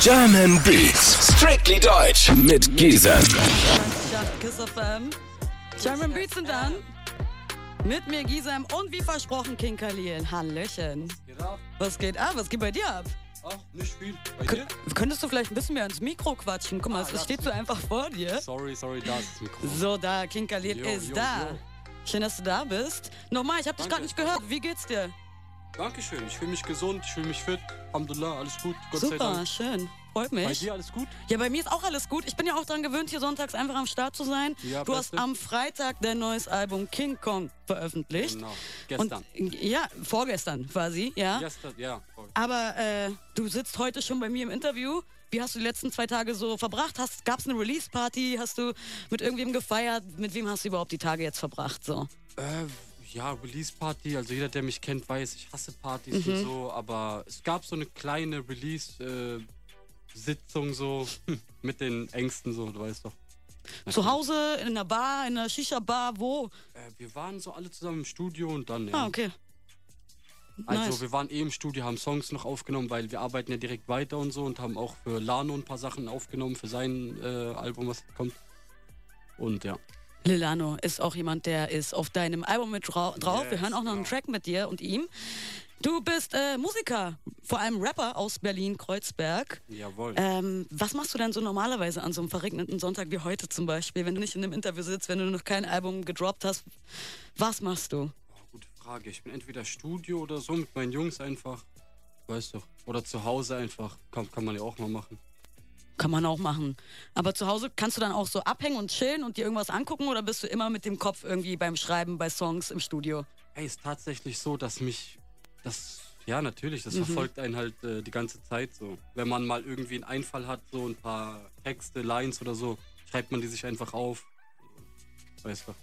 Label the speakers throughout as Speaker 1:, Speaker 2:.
Speaker 1: German Beats, strictly deutsch mit Giesen.
Speaker 2: Kiss FM. German Beats sind an. Mit mir Gisem und wie versprochen King Kalin. Hallöchen.
Speaker 3: Genau.
Speaker 2: Was geht ab? Was geht bei dir ab?
Speaker 3: Ach, nicht viel. Bei
Speaker 2: K
Speaker 3: dir?
Speaker 2: könntest du vielleicht ein bisschen mehr ins Mikro quatschen? Guck mal, es
Speaker 3: ja,
Speaker 2: steht so einfach vor dir.
Speaker 3: Sorry, sorry, da ist das Mikro.
Speaker 2: So, da, King Kalin
Speaker 3: Jo,
Speaker 2: ist
Speaker 3: jo,
Speaker 2: da.
Speaker 3: jo.
Speaker 2: Schön, dass du da bist. Nochmal, ich habe dich
Speaker 3: Danke.
Speaker 2: gerade nicht gehört. Wie geht's dir?
Speaker 3: Dankeschön, ich fühle mich gesund, ich fühle mich fit. Alhamdulillah, alles gut, Gott sei
Speaker 2: Super,
Speaker 3: Dank.
Speaker 2: schön. Freut
Speaker 3: Bei
Speaker 2: mich.
Speaker 3: dir alles gut?
Speaker 2: Ja, bei mir ist auch alles gut. Ich bin ja auch daran gewöhnt, hier sonntags einfach am Start zu sein.
Speaker 3: Ja,
Speaker 2: du hast
Speaker 3: Beste.
Speaker 2: am Freitag dein neues Album King Kong veröffentlicht.
Speaker 3: Genau, gestern. Ah.
Speaker 2: Und, ja, vorgestern quasi, ja.
Speaker 3: Gestern, ja. voll.
Speaker 2: Aber äh, du sitzt heute schon bei mir im Interview. Wie hast du die letzten zwei Tage so verbracht? Hast, gab's eine Release-Party? Hast du mit irgendwem gefeiert? Mit wem hast du überhaupt die Tage jetzt verbracht? So.
Speaker 3: Äh, ja, Release-Party, also jeder, der mich kennt, weiß, ich hasse Partys
Speaker 2: Mhm.
Speaker 3: und so, aber es gab so eine kleine Release-Sitzung so mit den Ängsten so, du weißt doch.
Speaker 2: Zu Hause, in einer Bar, in einer Shisha-Bar, wo?
Speaker 3: Äh, wir waren so alle zusammen im Studio und dann, ja.
Speaker 2: Ah, okay.
Speaker 3: Also
Speaker 2: Nice.
Speaker 3: wir waren eh im Studio, haben Songs noch aufgenommen, weil wir arbeiten ja direkt weiter und so und haben auch für Lano ein paar Sachen aufgenommen für sein äh, Album, was kommt. Und ja.
Speaker 2: Lilano ist auch jemand, der ist auf deinem Album mit drau- drauf. Wir
Speaker 3: Yes,
Speaker 2: hören auch noch einen
Speaker 3: genau.
Speaker 2: Track mit dir und ihm. Du bist äh, Musiker, vor allem Rapper aus Berlin-Kreuzberg.
Speaker 3: Jawohl.
Speaker 2: Ähm, was machst du denn so normalerweise an so einem verregneten Sonntag wie heute zum Beispiel, wenn du nicht in einem Interview sitzt, wenn du noch kein Album gedroppt hast? Was machst du?
Speaker 3: Gute Frage. Ich bin entweder Studio oder so mit meinen Jungs einfach. Weißt du. Oder zu Hause einfach. Kann, kann man ja auch mal machen.
Speaker 2: Kann man auch machen. Aber zu Hause kannst du dann auch so abhängen und chillen und dir irgendwas angucken oder bist du immer mit dem Kopf irgendwie beim Schreiben, bei Songs im Studio?
Speaker 3: Ey, ist tatsächlich so, dass mich das. Ja, natürlich, das verfolgt einen halt äh, die ganze Zeit so. Wenn man mal irgendwie einen Einfall hat, so ein paar Texte, Lines oder so, schreibt man die sich einfach auf. Weißt du.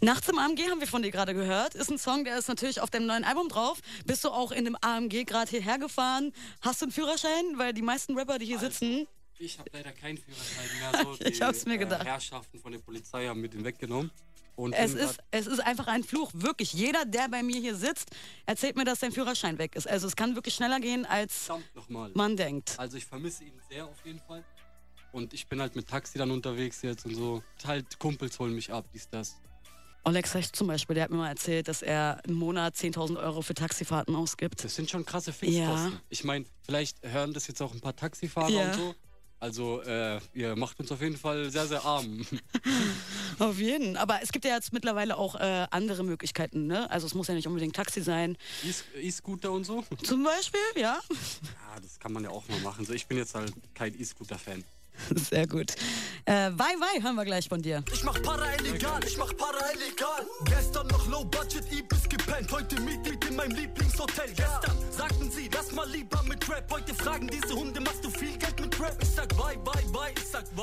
Speaker 2: Nachts im AMG haben wir von dir gerade gehört. Ist ein Song, der ist natürlich auf deinem neuen Album drauf. Bist du auch in dem AMG gerade hierher gefahren? Hast du einen Führerschein? Weil die meisten Rapper, die hier
Speaker 3: Also,
Speaker 2: sitzen,
Speaker 3: Ich habe leider keinen Führerschein mehr. So
Speaker 2: Ich
Speaker 3: die,
Speaker 2: hab's mir
Speaker 3: äh,
Speaker 2: gedacht.
Speaker 3: Herrschaften von der Polizei haben mir den weggenommen. Und
Speaker 2: Es
Speaker 3: bin grad-
Speaker 2: ist, es ist einfach ein Fluch, wirklich. Jeder, der bei mir hier sitzt, erzählt mir, dass sein Führerschein weg ist. Also es kann wirklich schneller gehen, als
Speaker 3: verdammt nochmal.
Speaker 2: man denkt.
Speaker 3: Also ich vermisse ihn sehr auf jeden Fall. Und ich bin halt mit Taxi dann unterwegs jetzt und so. Halt Kumpels holen mich ab, ist das.
Speaker 2: Olex Recht zum Beispiel, der hat mir mal erzählt, dass er im Monat 10.000 Euro für Taxifahrten ausgibt.
Speaker 3: Das sind schon krasse Fixkosten.
Speaker 2: Ja.
Speaker 3: Ich meine, vielleicht hören das jetzt auch ein paar Taxifahrer
Speaker 2: Ja.
Speaker 3: und so. Also äh, ihr macht uns auf jeden Fall sehr, sehr arm.
Speaker 2: Auf jeden. Aber es gibt ja jetzt mittlerweile auch äh, andere Möglichkeiten. Ne? Also es muss ja nicht unbedingt Taxi sein.
Speaker 3: E-S- E-Scooter und so.
Speaker 2: Zum Beispiel, ja.
Speaker 3: Ja, das kann man ja auch mal machen. So, ich bin jetzt halt kein E-Scooter-Fan.
Speaker 2: Sehr gut. Äh, wei, wei, hören wir gleich von dir.
Speaker 4: Ich mach Para illegal, ich mach Para illegal. Gestern noch Low Budget, Ibis gepennt. Heute Meeting in meinem Lieblingshotel. Gestern sagten sie, lass mal lieber mit Rap. Heute fragen diese Hunde, machst du viel Geld mit Rap? Ich sag bye, bye, bye, ich sag bye.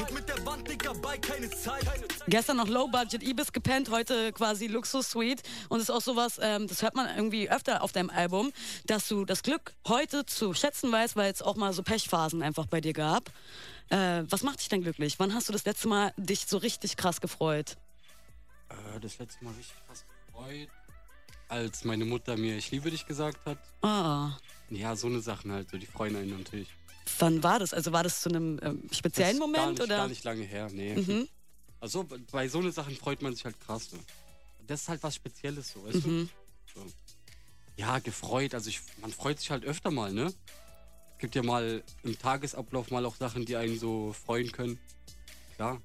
Speaker 4: Red mit der Wand, Digga, bye, keine Zeit.
Speaker 2: Gestern noch Low Budget Ibis gepennt, heute quasi Luxus Suite. Und es ist auch sowas, ähm, das hört man irgendwie öfter auf deinem Album, dass du das Glück heute zu schätzen weißt, weil es auch mal so Pechphasen einfach bei dir gab. Äh, was macht dich denn glücklich? Wann hast du das letzte Mal dich so richtig krass gefreut?
Speaker 3: Äh, das letzte Mal richtig krass gefreut, als meine Mutter mir Ich liebe dich gesagt hat.
Speaker 2: Ah,
Speaker 3: Ja, so eine Sachen halt, so die freuen einen natürlich.
Speaker 2: wann war das? Also war das zu einem ähm,
Speaker 3: Das
Speaker 2: speziellen
Speaker 3: ist
Speaker 2: Moment
Speaker 3: gar nicht,
Speaker 2: oder? Mhm.
Speaker 3: Gar nicht lange her, nee. Also bei- bei so eine Sachen freut man sich halt krass. So. Das ist halt was Spezielles so, weißt
Speaker 2: Mhm.
Speaker 3: du? So. Ja, gefreut, also ich, man freut sich halt öfter mal, ne? Es gibt ja mal im Tagesablauf mal auch Sachen, die einen so freuen können. Klar.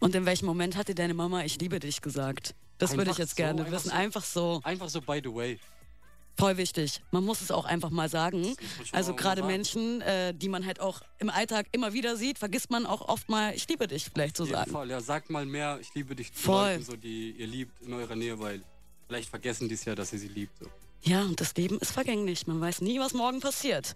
Speaker 2: Und in welchem Moment hat dir deine Mama Ich liebe dich gesagt? Das würde ich
Speaker 3: Einfach
Speaker 2: jetzt
Speaker 3: so,
Speaker 2: gerne
Speaker 3: einfach
Speaker 2: wissen.
Speaker 3: so.
Speaker 2: Einfach so.
Speaker 3: Einfach so, by the way.
Speaker 2: Voll wichtig. Man muss es auch einfach mal sagen.
Speaker 3: muss man schon
Speaker 2: Also
Speaker 3: mal
Speaker 2: gerade
Speaker 3: sagen.
Speaker 2: Menschen, äh, die man halt auch im Alltag immer wieder sieht, vergisst man auch oft mal, ich liebe dich vielleicht zu
Speaker 3: Auf jeden
Speaker 2: sagen.
Speaker 3: Fall, ja, sagt mal mehr, ich liebe dich zu
Speaker 2: Voll.
Speaker 3: Leuten, so, die ihr liebt in eurer Nähe, weil vielleicht vergessen die es ja, dass ihr sie liebt. So.
Speaker 2: Ja, und das Leben ist vergänglich. Man weiß nie, was morgen passiert.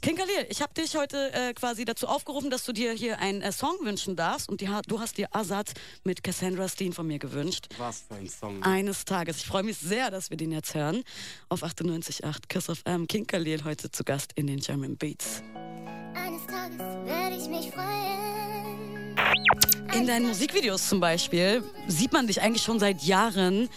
Speaker 2: King Khalil, ich habe dich heute äh, quasi dazu aufgerufen, dass du dir hier einen äh, Song wünschen darfst. Und die, ha- du hast dir Azad mit Cassandra Steen von mir gewünscht.
Speaker 3: Was für ein Song.
Speaker 2: Eines Tages. Ich freue mich sehr, dass wir den jetzt hören. Auf 98.8 Kiss of M. King Khalil heute zu Gast in den German Beats.
Speaker 5: Eines Tages werde ich mich freuen.
Speaker 2: In deinen Musikvideos zum Beispiel sieht man dich eigentlich schon seit Jahren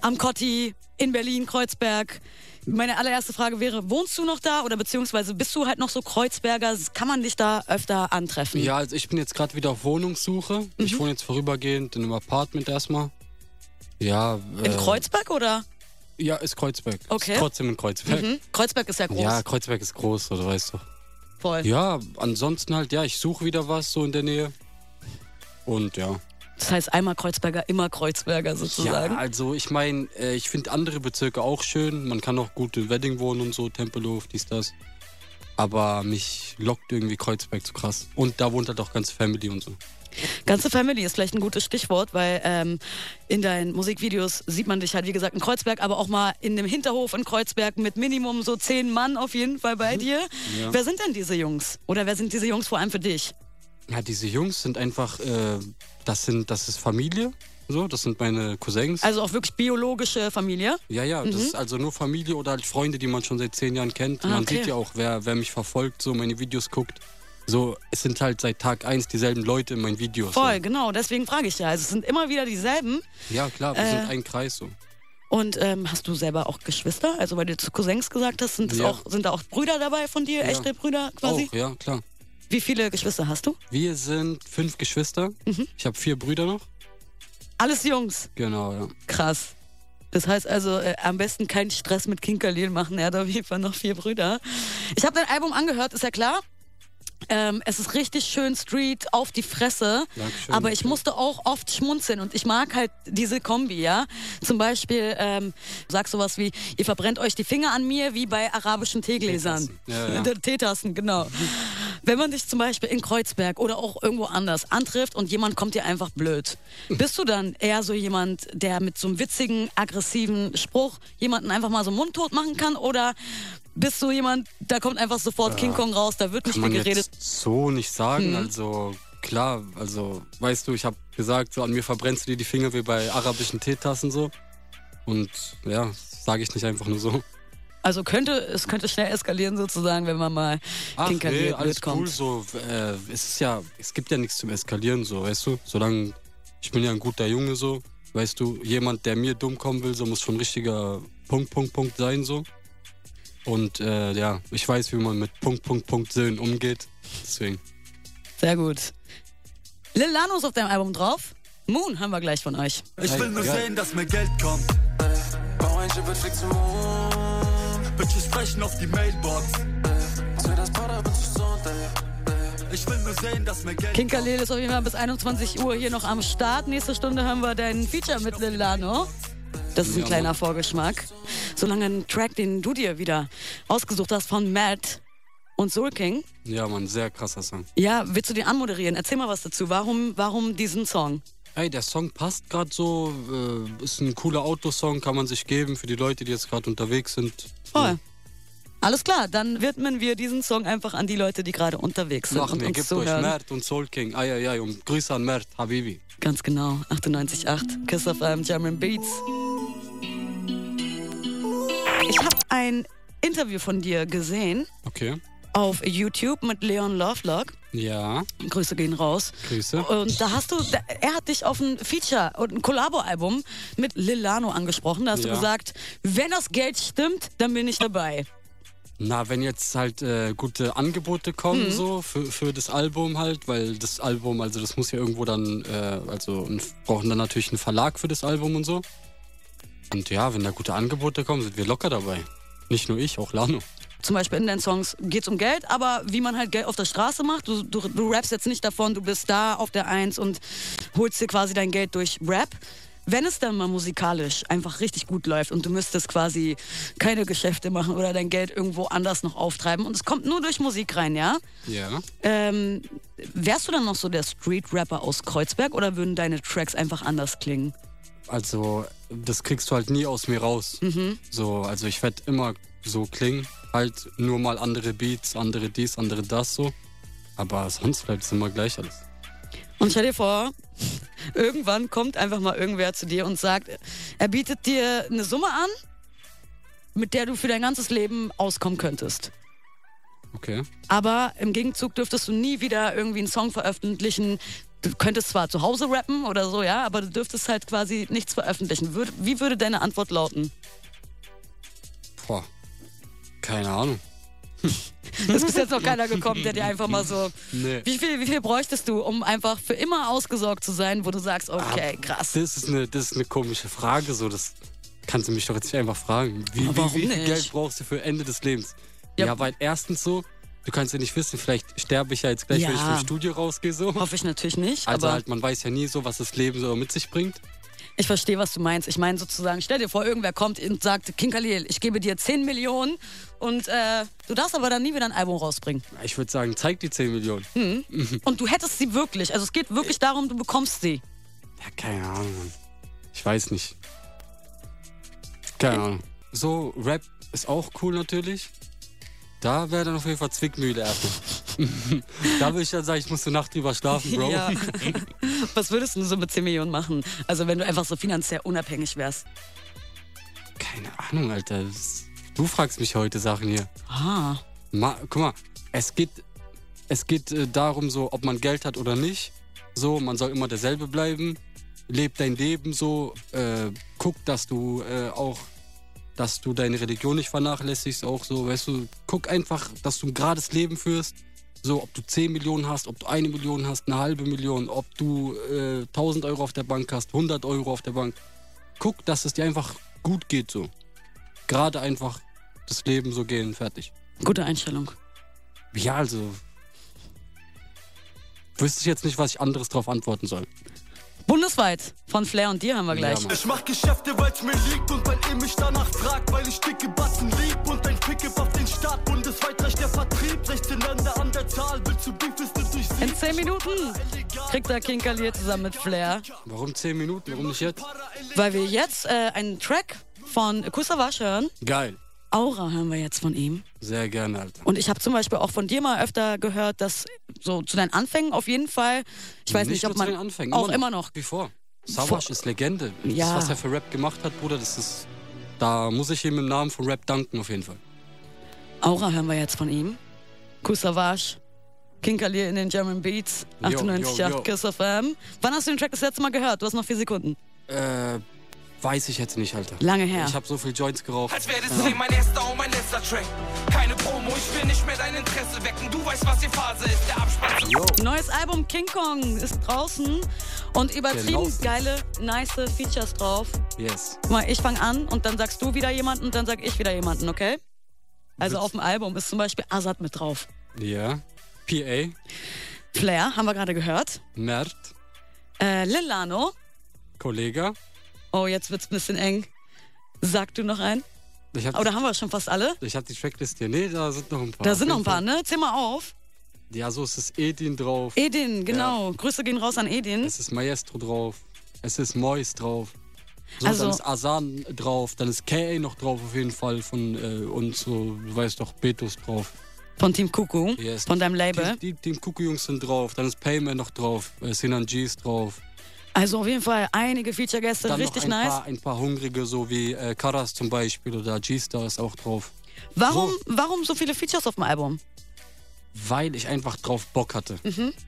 Speaker 2: am Kotti, in Berlin, Kreuzberg. Meine allererste Frage wäre, wohnst du noch da oder beziehungsweise bist du halt noch so Kreuzberger? Kann man dich da öfter antreffen?
Speaker 3: Ja, also ich bin jetzt gerade wieder auf Wohnungssuche.
Speaker 2: Mhm.
Speaker 3: Ich wohne jetzt vorübergehend in einem Apartment erstmal. Ja. äh,
Speaker 2: In Kreuzberg oder?
Speaker 3: Ja, ist Kreuzberg.
Speaker 2: Okay.
Speaker 3: Ist trotzdem in Kreuzberg.
Speaker 2: Hm? Kreuzberg ist ja groß.
Speaker 3: Ja, Kreuzberg ist groß, so, du weißt doch.
Speaker 2: voll.
Speaker 3: Ja, ansonsten halt, ja, ich suche wieder was so in der Nähe. Und ja.
Speaker 2: Das heißt einmal Kreuzberger, immer Kreuzberger sozusagen.
Speaker 3: Ja, also ich meine, äh, ich finde andere Bezirke auch schön. Man kann auch gut in Wedding wohnen und so, Tempelhof, dies, das. Aber mich lockt irgendwie Kreuzberg zu krass. Und da wohnt halt auch ganze Family und so.
Speaker 2: Ganze Family ist vielleicht ein gutes Stichwort, weil ähm, in deinen Musikvideos sieht man dich halt, wie gesagt, in Kreuzberg, aber auch mal in dem Hinterhof in Kreuzberg mit Minimum so zehn Mann auf jeden Fall bei dir.
Speaker 3: Mhm. Ja.
Speaker 2: Wer sind denn diese Jungs? Oder wer sind diese Jungs vor allem für dich?
Speaker 3: Ja, diese Jungs sind einfach, äh, das sind, das ist Familie. So, das sind meine Cousins.
Speaker 2: Also auch wirklich biologische Familie.
Speaker 3: ja, ja, das ist also nur Familie oder halt Freunde, die man schon seit zehn Jahren kennt.
Speaker 2: Mhm. Ah,
Speaker 3: man
Speaker 2: okay.
Speaker 3: sieht ja auch, wer, wer mich verfolgt, so meine Videos guckt. So, es sind halt seit Tag eins dieselben Leute in meinen Videos.
Speaker 2: Voll, genau, deswegen frage ich ja. Also es sind immer wieder dieselben.
Speaker 3: So. Ja, klar, wir
Speaker 2: Äh,
Speaker 3: sind ein Kreis so.
Speaker 2: Und ähm, hast du selber auch Geschwister? Also weil du zu Cousins gesagt hast, sind, das
Speaker 3: Ja.
Speaker 2: auch, sind da auch Brüder dabei von dir, echte Brüder quasi?
Speaker 3: Auch, ja, klar.
Speaker 2: Wie viele Geschwister hast du?
Speaker 3: Wir sind fünf Geschwister.
Speaker 2: Mhm.
Speaker 3: Ich habe vier Brüder noch.
Speaker 2: Alles Jungs.
Speaker 3: Genau, ja.
Speaker 2: Krass. Das heißt also, äh, am besten keinen Stress mit Kinkerlin machen. Er hat auf jeden Fall noch vier Brüder. Ich habe dein Album angehört, ist ja klar. Ähm, es ist richtig schön Street, auf die Fresse.
Speaker 3: Dankeschön.
Speaker 2: Aber ich musste auch oft schmunzeln und ich mag halt diese Kombi, ja. Zum Beispiel ähm, sag sowas wie, ihr verbrennt euch die Finger an mir, wie bei arabischen Teegläsern.
Speaker 3: Teetassen. Ja, ja.
Speaker 2: Der Teetassen, genau. Wenn man dich zum Beispiel in Kreuzberg oder auch irgendwo anders antrifft und jemand kommt dir einfach blöd, bist du dann eher so jemand, der mit so einem witzigen, aggressiven Spruch jemanden einfach mal so mundtot machen kann oder bist du jemand, da kommt einfach sofort King Kong raus, da wird nicht mehr
Speaker 3: Man
Speaker 2: geredet? Hm.
Speaker 3: jetzt so nicht sagen. Also klar, also weißt du, ich habe gesagt, so an mir verbrennst du dir die Finger wie bei arabischen Teetassen so. Und ja, sage ich nicht einfach nur so.
Speaker 2: Also könnte, es könnte schnell eskalieren sozusagen, wenn man mal
Speaker 3: Ach
Speaker 2: Kinkerlier
Speaker 3: nee,
Speaker 2: blöd
Speaker 3: alles cool
Speaker 2: kommt.
Speaker 3: so. Äh, es ist ja, es gibt ja nichts zum Eskalieren so, weißt du. Solange ich bin ja ein guter Junge so, weißt du, jemand, der mir dumm kommen will, so muss schon richtiger Punkt Punkt Punkt sein so. Und äh, ja, ich weiß, wie man mit Punkt Punkt Punkt Söhnen umgeht. Deswegen.
Speaker 2: Sehr gut. Lil Lano ist auf deinem Album drauf. Moon haben wir gleich von euch.
Speaker 4: Ich will nur
Speaker 3: Ja.
Speaker 4: sehen, dass mir Geld kommt.
Speaker 6: Bau ein Schiff und flieg zum Mond.
Speaker 4: Bitches sprechen auf die Mailbox.
Speaker 6: Zu das Powder bin zu Sonntag.
Speaker 4: Ich will nur sehen, dass mir Geld
Speaker 2: King Khalil ist auf jeden Fall bis 21 Uhr hier noch am Start. Nächste Stunde haben wir dein Feature mit Lil Lano. Das ist ein
Speaker 3: Ja,
Speaker 2: kleiner
Speaker 3: Mann.
Speaker 2: Vorgeschmack. Solange ein Track, den du dir wieder ausgesucht hast von Matt und Soul King.
Speaker 3: Ja, Mann, sehr krasser Song.
Speaker 2: Ja, willst du den anmoderieren? Erzähl mal was dazu. Warum, warum diesen Song?
Speaker 3: Ey, der Song passt gerade so. Äh, ist ein cooler Autosong, kann man sich geben für die Leute, die jetzt gerade unterwegs sind.
Speaker 2: Voll. Alles klar, dann widmen wir diesen Song einfach an die Leute, die gerade unterwegs sind
Speaker 3: Machen
Speaker 2: und
Speaker 3: wir,
Speaker 2: uns
Speaker 3: gebt euch
Speaker 2: zuhören.
Speaker 3: Mert und Soul King. Ei, ei, ei, und Grüße an Mert, Habibi.
Speaker 2: Ganz genau, 98.8, Kiss auf einem German Beats. Ich habe ein Interview von dir gesehen
Speaker 3: Okay.
Speaker 2: auf YouTube mit Leon Lovelock.
Speaker 3: Ja,
Speaker 2: Grüße gehen raus.
Speaker 3: Grüße.
Speaker 2: Und da hast du, da, er hat dich auf ein Feature und ein Collabo-Album mit Lilano angesprochen. Da hast
Speaker 3: Ja.
Speaker 2: du gesagt, wenn das Geld stimmt, dann bin ich dabei.
Speaker 3: Na, wenn jetzt halt äh, gute Angebote kommen, so für, für das Album halt, weil das Album, also das muss ja irgendwo dann, äh, also und brauchen dann natürlich einen Verlag für das Album und so. Und ja, wenn da gute Angebote kommen, sind wir locker dabei. Nicht nur ich, auch Lano.
Speaker 2: Zum Beispiel in deinen Songs geht's um Geld, aber wie man halt Geld auf der Straße macht. Du, du, du rappst jetzt nicht davon, du bist da auf der Eins und holst dir quasi dein Geld durch Rap. Wenn es dann mal musikalisch einfach richtig gut läuft und du müsstest quasi keine Geschäfte machen oder dein Geld irgendwo anders noch auftreiben und es kommt nur durch Musik rein, ja?
Speaker 3: Ja.
Speaker 2: Ähm, wärst du dann noch so der Street-Rapper aus Kreuzberg oder würden deine Tracks einfach anders klingen?
Speaker 3: Also, das kriegst du halt nie aus mir raus.
Speaker 2: Mhm.
Speaker 3: So, also ich werd immer so klingen. Halt nur mal andere Beats, andere dies, andere das so. Aber sonst bleibt es immer gleich alles.
Speaker 2: Und stell dir vor, irgendwann kommt einfach mal irgendwer zu dir und sagt, er bietet dir eine Summe an, mit der du für dein ganzes Leben auskommen könntest.
Speaker 3: Okay.
Speaker 2: Aber im Gegenzug dürftest du nie wieder irgendwie einen Song veröffentlichen. Du könntest zwar zu Hause rappen oder so, ja, aber du dürftest halt quasi nichts veröffentlichen. Würd- Wie würde deine Antwort lauten?
Speaker 3: Boah. Keine Ahnung.
Speaker 2: Das ist bis jetzt noch keiner gekommen, der dir einfach mal so.
Speaker 3: Nee.
Speaker 2: Wie viel, wie viel bräuchtest du, um einfach für immer ausgesorgt zu sein, wo du sagst,
Speaker 3: Ah.
Speaker 2: okay, krass.
Speaker 3: Das ist eine, das ist eine komische Frage. So, das kannst du mich doch jetzt nicht einfach fragen. Wie,
Speaker 2: Aber warum
Speaker 3: wie, wie viel
Speaker 2: nicht?
Speaker 3: Geld brauchst du für Ende des Lebens?
Speaker 2: Ja.
Speaker 3: Ja, weil erstens so, du kannst ja nicht wissen, vielleicht sterbe ich ja jetzt gleich, wenn ich
Speaker 2: Ja.
Speaker 3: vom Studio rausgehe. So.
Speaker 2: Hoffe ich natürlich nicht,
Speaker 3: Also
Speaker 2: aber
Speaker 3: halt, man weiß ja nie so, was das Leben so mit sich bringt.
Speaker 2: ich verstehe, was du meinst. Ich meine sozusagen, stell dir vor, irgendwer kommt und sagt, King Khalil, ich gebe dir 10 Millionen und äh, du darfst aber dann nie wieder ein Album rausbringen.
Speaker 3: Ich würde sagen, zeig die 10 Millionen.
Speaker 2: Und du hättest sie wirklich. Also es geht wirklich darum, du bekommst sie.
Speaker 3: Ja, keine Ahnung. Mann. Ich weiß nicht. Keine Ahnung. So, Rap ist auch cool natürlich. Da wäre dann auf jeden Fall Zwickmühle erstmal. da würde ich dann sagen, ich muss eine Nacht drüber schlafen, Bro.
Speaker 2: Ja. Was würdest du so mit 10 Millionen machen? Also wenn du einfach so finanziell unabhängig wärst.
Speaker 3: Keine Ahnung, Alter. Das- Du fragst mich heute Sachen hier.
Speaker 2: Ah.
Speaker 3: Ma Guck mal, es geht, es geht äh, darum, so, ob man Geld hat oder nicht. So, man soll immer derselbe bleiben. Leb dein Leben so. Äh, guck, dass du äh, auch, dass du deine Religion nicht vernachlässigst. Auch so, weißt du, guck einfach, dass du ein gerades Leben führst. So, ob du 10 Millionen hast, ob du eine Million hast, eine halbe Million, ob du äh, 1000 Euro auf der Bank hast, 100 Euro auf der Bank. Guck, dass es dir einfach gut geht so. Gerade einfach das Leben so gehen, fertig.
Speaker 2: Gute Einstellung.
Speaker 3: Ja, also. Wüsste ich jetzt nicht, was ich anderes drauf antworten soll.
Speaker 2: Bundesweit von Flair und dir haben wir gleich.
Speaker 3: Ja, Mann.
Speaker 4: Ich mach Geschäfte, weil's mir liegt und mein Image danach fragt, weil ich dicke Batzen lieb und ein Pickup auf den Start. Bundesweit reicht der Vertrieb, 16 Länder an der Zahl, willst du Beef, ist nicht durch sie.
Speaker 2: In 10 Minuten kriegt er King Khalil zusammen mit Flair,
Speaker 3: Warum 10 Minuten? Warum nicht jetzt?
Speaker 2: weil wir jetzt äh, einen Track von Kusawasch hören.
Speaker 3: Geil.
Speaker 2: Aura hören wir jetzt von ihm.
Speaker 3: Sehr gerne, Alter.
Speaker 2: Und ich habe zum Beispiel auch von dir mal öfter gehört, dass so zu deinen Anfängen auf jeden Fall, ich weiß nicht,
Speaker 3: nur
Speaker 2: ob
Speaker 3: zu
Speaker 2: man
Speaker 3: den Anfängen,
Speaker 2: auch immer noch.
Speaker 3: Wie vor. Savage ist Legende.
Speaker 2: Ja.
Speaker 3: Das, was er für Rap gemacht hat, Bruder, das ist. Da muss ich ihm im Namen von Rap danken, auf jeden Fall.
Speaker 2: Aura hören wir jetzt von ihm. Kusawasch, King Khalil in den German Beats,
Speaker 3: Jo, jo,
Speaker 2: 98.8
Speaker 3: jo.
Speaker 2: Kiss FM. Wann hast du den Track das letzte Mal gehört? Du hast noch vier Sekunden.
Speaker 3: Äh, weiß ich jetzt nicht, Alter.
Speaker 2: Lange her.
Speaker 3: Ich habe so viel Joints geraucht.
Speaker 6: Als wäre das Ding mein erster und mein letzter Track. Keine Promo, ich will nicht mehr dein Interesse wecken. Du weißt, was die Phase ist, der Abspann.
Speaker 2: Neues Album King Kong ist draußen und übertrieben
Speaker 3: Gelaufen.
Speaker 2: geile, nice Features drauf.
Speaker 3: Yes.
Speaker 2: Guck mal, ich fange an und dann sagst du wieder jemanden und dann sag ich wieder jemanden, okay? Also auf dem Album ist zum Beispiel Azad mit drauf.
Speaker 3: Ja. PA.
Speaker 2: Flair, haben wir gerade gehört.
Speaker 3: Mert.
Speaker 2: Äh, Lilano.
Speaker 3: Kollege.
Speaker 2: Oh, jetzt wird's ein bisschen eng. Sag du noch einen?
Speaker 3: Ich habe
Speaker 2: Oder haben wir schon fast alle?
Speaker 3: ich hab die Tracklist hier. Nee, da sind noch ein paar.
Speaker 2: Da
Speaker 3: Auf
Speaker 2: sind noch ein
Speaker 3: jeden
Speaker 2: paar,
Speaker 3: Fall.
Speaker 2: ne? Zähl mal auf.
Speaker 3: Ja, so ist es Edin drauf.
Speaker 2: Edin, genau. Grüße gehen raus an Edin.
Speaker 3: Es ist Maestro drauf. Es ist Mois drauf. So,
Speaker 2: Also-
Speaker 3: dann ist Asan drauf. Dann ist KA noch drauf auf jeden Fall von äh, und so, du weißt doch, Betos drauf.
Speaker 2: Von Team Kuku.
Speaker 3: Yes.
Speaker 2: Von deinem Label.
Speaker 3: Die, die, die Kuku-Jungs sind drauf. Dann ist Payman noch drauf. Äh, Sinan G ist drauf.
Speaker 2: Also auf jeden Fall einige Feature-Gäste.
Speaker 3: Dann
Speaker 2: Richtig
Speaker 3: noch ein,
Speaker 2: nice.
Speaker 3: paar, ein paar Hungrige, so wie äh, Karas zum Beispiel oder G-Star ist auch drauf.
Speaker 2: Warum,
Speaker 3: So.
Speaker 2: warum so viele Features auf dem Album?
Speaker 3: weil ich einfach drauf Bock hatte.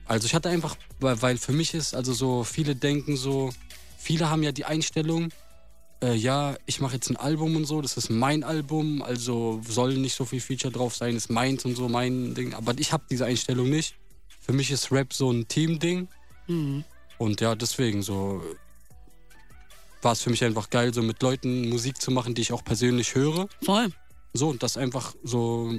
Speaker 3: Also ich hatte einfach, weil weil für mich ist, also so viele denken so, viele haben ja die Einstellung, äh, ja, ich mache jetzt ein Album und so, das ist mein Album, also soll nicht so viel Feature drauf sein, ist meins und so mein Ding. Aber ich habe diese Einstellung nicht. Für mich ist Rap so ein Team-Ding. Und ja, deswegen so war es für mich einfach geil, so mit Leuten Musik zu machen, die ich auch persönlich höre.
Speaker 2: Voll.
Speaker 3: So, und das einfach so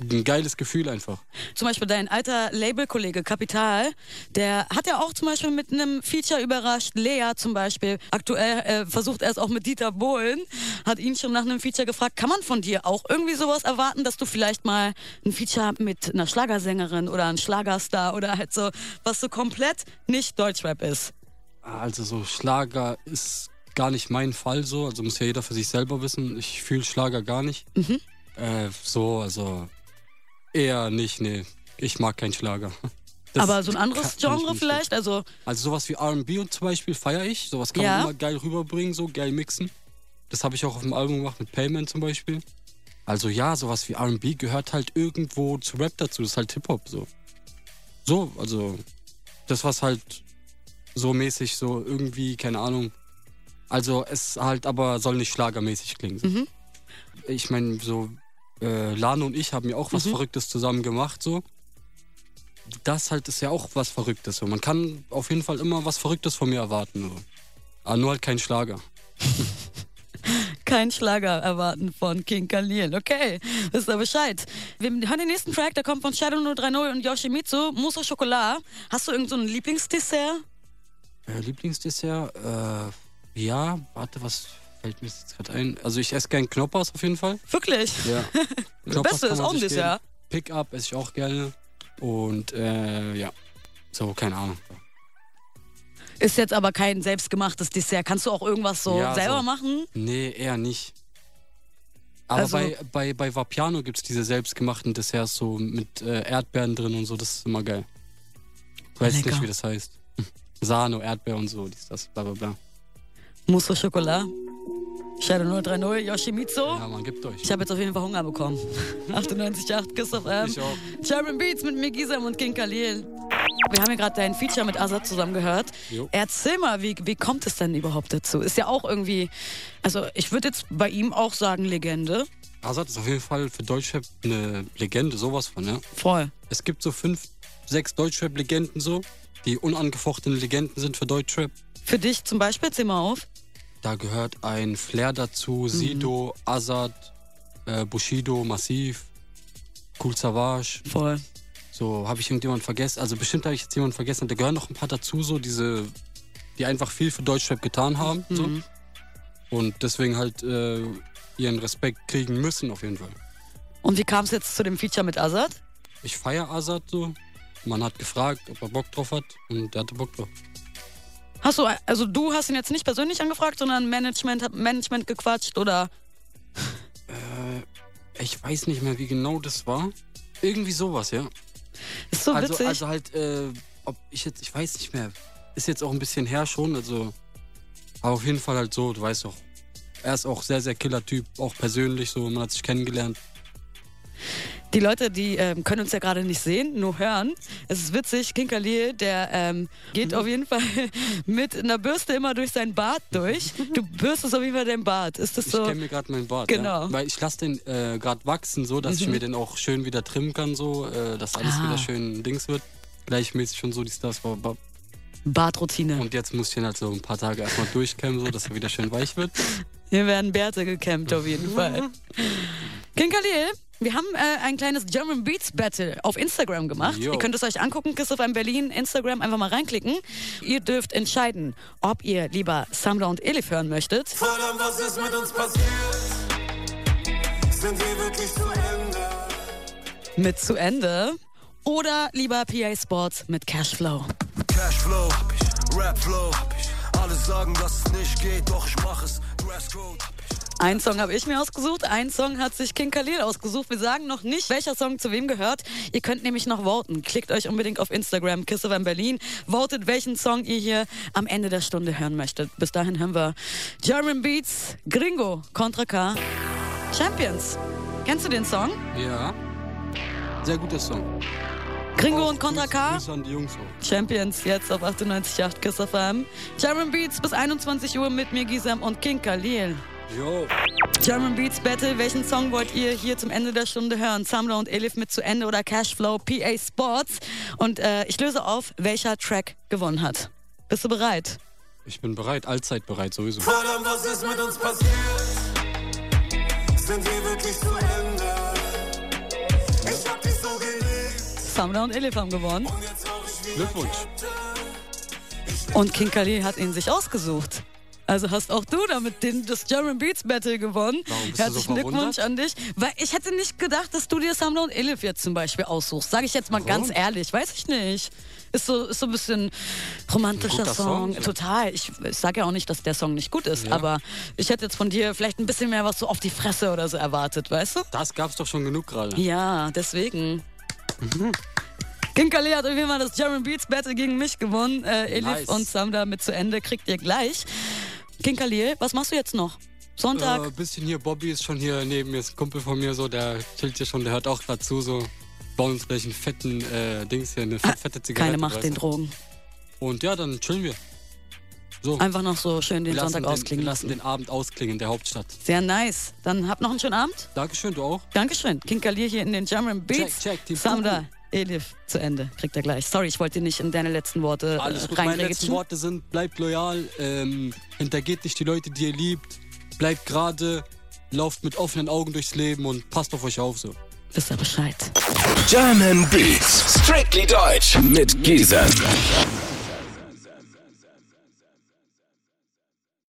Speaker 3: ein geiles Gefühl einfach.
Speaker 2: Zum Beispiel dein alter Labelkollege Kapital, der hat ja auch zum Beispiel mit einem Feature überrascht. Lea zum Beispiel. Aktuell äh, versucht er es auch mit Dieter Bohlen. Hat ihn schon nach einem Feature gefragt. Kann man von dir auch irgendwie sowas erwarten, dass du vielleicht mal ein Feature mit einer Schlagersängerin oder einem Schlagerstar oder halt so, was so komplett nicht Deutschrap ist?
Speaker 3: Also so Schlager ist gar nicht mein Fall so. Also muss ja jeder für sich selber wissen. Ich fühle Schlager gar nicht.
Speaker 2: Mhm.
Speaker 3: Äh, so, also eher nicht, nee. Ich mag keinen Schlager. Das
Speaker 2: Aber so ein anderes
Speaker 3: kann- kann ich
Speaker 2: Genre
Speaker 3: nicht.
Speaker 2: vielleicht? Also,
Speaker 3: Also sowas wie R&B und zum Beispiel feiere ich. Sowas kann
Speaker 2: Ja.
Speaker 3: man immer geil rüberbringen, so geil mixen. Das habe ich auch auf dem Album gemacht mit Payman zum Beispiel. Also ja, sowas wie R&B gehört halt irgendwo zu Rap dazu. Das ist halt Hip-Hop so. So, also das was halt so mäßig so irgendwie, keine Ahnung. Also es halt aber soll nicht schlagermäßig klingen. So. ich meine, so äh, Lane und ich haben ja auch was Verrücktes zusammen gemacht, so. Das halt ist ja auch was Verrücktes. So. Man kann auf jeden Fall immer was Verrücktes von mir erwarten. So. Aber nur halt kein Schlager.
Speaker 2: Kein Schlager erwarten von King Khalil. Okay, wisst ihr Bescheid. Wir hören den nächsten Track, der kommt von Shadow 030 und Yoshimitsu, Mousse au Chocolat. Hast du irgendein so ein Lieblingsdessert?
Speaker 3: Äh, Lieblingsdessert, äh, ja, warte, was fällt mir jetzt gerade ein? Also ich esse gern Knoppers auf jeden Fall.
Speaker 2: Wirklich?
Speaker 3: Ja.
Speaker 2: Das Beste ist auch ein Dessert.
Speaker 3: Pick-up esse ich auch gerne. Und äh, ja, so, keine Ahnung.
Speaker 2: Ist jetzt aber kein selbstgemachtes Dessert. Kannst du auch irgendwas so
Speaker 3: Ja,
Speaker 2: selber
Speaker 3: so.
Speaker 2: machen?
Speaker 3: Nee, eher nicht. Aber
Speaker 2: Also-
Speaker 3: bei, bei, bei Vapiano gibt es diese selbstgemachten Desserts so mit äh, Erdbeeren drin und so, das ist immer geil. Ich weiß
Speaker 2: Lecker.
Speaker 3: nicht, wie das heißt. Sano, Erdbeer und so, dies, das, bla bla bla.
Speaker 2: Mousse au Chocolat. Shadow 030, Yoshimitsu.
Speaker 3: Ja, man, gibt euch.
Speaker 2: Ich habe jetzt auf jeden Fall Hunger bekommen. 98,8 Kiss auf M.
Speaker 3: Ich auch.
Speaker 2: German Beats mit mir Gisam und King Khalil. Wir haben ja gerade dein Feature mit Azad zusammen gehört.
Speaker 3: Jo.
Speaker 2: Erzähl mal, wie, wie kommt es denn überhaupt dazu? Ist ja auch irgendwie, also ich würde jetzt bei ihm auch sagen Legende.
Speaker 3: Azad ist auf jeden Fall für Deutschrap eine Legende, sowas von, ja.
Speaker 2: Voll.
Speaker 3: Es gibt so fünf, sechs Deutschrap-Legenden so, die unangefochtene Legenden sind für Deutschrap.
Speaker 2: Für dich zum Beispiel, zähl mal auf.
Speaker 3: Da gehört ein Flair
Speaker 2: Mhm.
Speaker 3: dazu, Sido, Azad, äh, Bushido, Massiv, Cool Savage.
Speaker 2: Voll.
Speaker 3: So, habe ich irgendjemanden vergessen? Also bestimmt habe ich jetzt jemanden vergessen. Da gehören noch ein paar dazu, so diese, die einfach viel für Deutschrap getan haben. So. Und deswegen halt äh, ihren Respekt kriegen müssen auf jeden Fall.
Speaker 2: Und wie kam es jetzt zu dem Feature mit Azad?
Speaker 3: Ich feiere Azad so. Man hat gefragt, ob er Bock drauf hat und er hatte Bock drauf.
Speaker 2: Hast du, also du hast ihn jetzt nicht persönlich angefragt, sondern Management hat Management gequatscht oder
Speaker 3: Ich weiß nicht mehr, wie genau das war. Irgendwie sowas, ja.
Speaker 2: ist so
Speaker 3: also,
Speaker 2: witzig.
Speaker 3: also halt, äh, ob ich jetzt, ich weiß nicht mehr. Ist jetzt auch ein bisschen her schon, also. Aber auf jeden Fall halt so, du weißt doch. Er ist auch sehr, sehr killer Typ, auch persönlich so. Man hat sich kennengelernt.
Speaker 2: Die Leute, die ähm, können uns ja gerade nicht sehen, nur hören. Es ist witzig, King Khalil, der ähm, geht auf jeden Fall mit einer Bürste immer durch seinen Bart durch. Du bürstest auf jeden Fall deinen Bart. Ist das
Speaker 3: Ich
Speaker 2: so?
Speaker 3: kenne mir gerade meinen Bart.
Speaker 2: Genau. Mhm.
Speaker 3: Ja? Weil ich lasse den äh, gerade wachsen, so, dass ich mir den auch schön wieder trimmen kann, so, äh, dass alles
Speaker 2: Ah.
Speaker 3: wieder schön Dings wird. Gleichmäßig und so, die Stars. bop, bop.
Speaker 2: Bartroutine.
Speaker 3: Und jetzt muss ich ihn halt so ein paar Tage erstmal durchkämmen, so, dass er wieder schön weich wird.
Speaker 2: Hier werden Bärte gekämmt auf jeden Fall. King Khalil, wir haben äh, ein kleines German Beats Battle auf Instagram gemacht.
Speaker 3: Jo.
Speaker 2: Ihr könnt es euch angucken, Kiss of M Berlin, Instagram, einfach mal reinklicken. Ihr dürft entscheiden, ob ihr lieber Samra und Elif hören möchtet
Speaker 4: Verdammt, was ist mit uns passiert? Sind wir wirklich zu Ende?
Speaker 2: mit zu Ende oder lieber PA Sports mit Cashflow.
Speaker 4: Cashflow, Rapflow. Alle sagen, dass es nicht geht, doch ich mach es. Grasscode.
Speaker 2: Ein Song habe ich mir ausgesucht, ein Song hat sich King Khalil ausgesucht. Wir sagen noch nicht, welcher Song zu wem gehört. Ihr könnt nämlich noch voten. Klickt euch unbedingt auf Instagram Kiss of M Berlin, votet welchen Song ihr hier am Ende der Stunde hören möchtet. Bis dahin hören wir German Beats, Gringo, Contra K, Champions. Kennst du den Song?
Speaker 3: Ja. Sehr guter Song.
Speaker 2: Gringo und Contra K?
Speaker 3: Grüße an die Jungs auch.
Speaker 2: Champions jetzt auf 98.8 Kiss FM. German Beats bis 21 Uhr mit mir Gisem und King Khalil.
Speaker 3: Jo.
Speaker 2: German Beats Battle, welchen Song wollt ihr hier zum Ende der Stunde hören? Samra und Elif mit zu Ende oder Cashflow, PA Sports. Und äh, ich löse auf, welcher Track gewonnen hat. Bist du bereit?
Speaker 3: Ich bin bereit, allzeit bereit sowieso.
Speaker 4: Verdammt, was ist mit uns passiert? Sind wir wirklich zu Ende? Ich hab dich so geliebt
Speaker 2: Samra und Elif haben gewonnen.
Speaker 4: und jetzt hab ich wieder
Speaker 3: Glückwunsch.
Speaker 2: Und King Khalil hat ihn sich ausgesucht. Also hast auch du damit den, das German Beats Battle gewonnen.
Speaker 3: Warum bist du so
Speaker 2: Herzlichen Glückwunsch
Speaker 3: verwundert?
Speaker 2: an dich. Weil ich hätte nicht gedacht, dass du dir Samra und Elif jetzt zum Beispiel aussuchst. Sage ich jetzt mal
Speaker 3: Warum?
Speaker 2: ganz ehrlich. Weiß ich nicht. Ist so, ist so ein bisschen romantischer
Speaker 3: Guter
Speaker 2: Song.
Speaker 3: Song, ja.
Speaker 2: Total. Ich, ich sage ja auch nicht, dass der Song nicht gut ist. Aber ich hätte jetzt von dir vielleicht ein bisschen mehr was so auf die Fresse oder so erwartet, weißt du?
Speaker 3: Das gab's doch schon genug gerade.
Speaker 2: Ja, deswegen.
Speaker 3: Mhm.
Speaker 2: King Khalil hat auf jeden Fall das German Beats Battle gegen mich gewonnen. Äh, Elif
Speaker 3: Nice.
Speaker 2: und Sam damit zu Ende kriegt ihr gleich. King Khalil, was machst du jetzt noch? Sonntag?
Speaker 3: Äh, bisschen hier, Bobby ist schon hier neben mir, ist ein Kumpel von mir, so, der chillt hier schon, der hört auch grad zu, so. Bauen uns gleich einen fetten äh, Dings hier, eine fett, Äh, fette Zigarette.
Speaker 2: Keine Ah, Macht
Speaker 3: weißt
Speaker 2: den
Speaker 3: du.
Speaker 2: Drogen.
Speaker 3: Und ja, dann chillen wir. So.
Speaker 2: Einfach noch so schön den
Speaker 3: Wir lassen
Speaker 2: Sonntag
Speaker 3: den,
Speaker 2: ausklingen
Speaker 3: Wir lassen
Speaker 2: lassen.
Speaker 3: den Abend ausklingen in der Hauptstadt.
Speaker 2: Sehr nice. Dann habt noch einen schönen Abend.
Speaker 3: Dankeschön, du auch.
Speaker 2: Dankeschön. King Kalir hier in den Jamron Beats.
Speaker 3: Check, check, die
Speaker 2: Samda, Elif zu Ende. Kriegt er gleich. Sorry, ich wollte dir nicht in deine letzten Worte
Speaker 3: Alles
Speaker 2: äh,
Speaker 3: gut. Meine letzten
Speaker 2: reingrätschen.
Speaker 3: Worte sind, bleibt loyal, ähm, hintergeht nicht die Leute, die ihr liebt, bleibt gerade, lauft mit offenen Augen durchs Leben und passt auf euch auf so.
Speaker 2: Wisst ihr Bescheid.
Speaker 1: German Beats. Strictly Deutsch. Mit Giesen.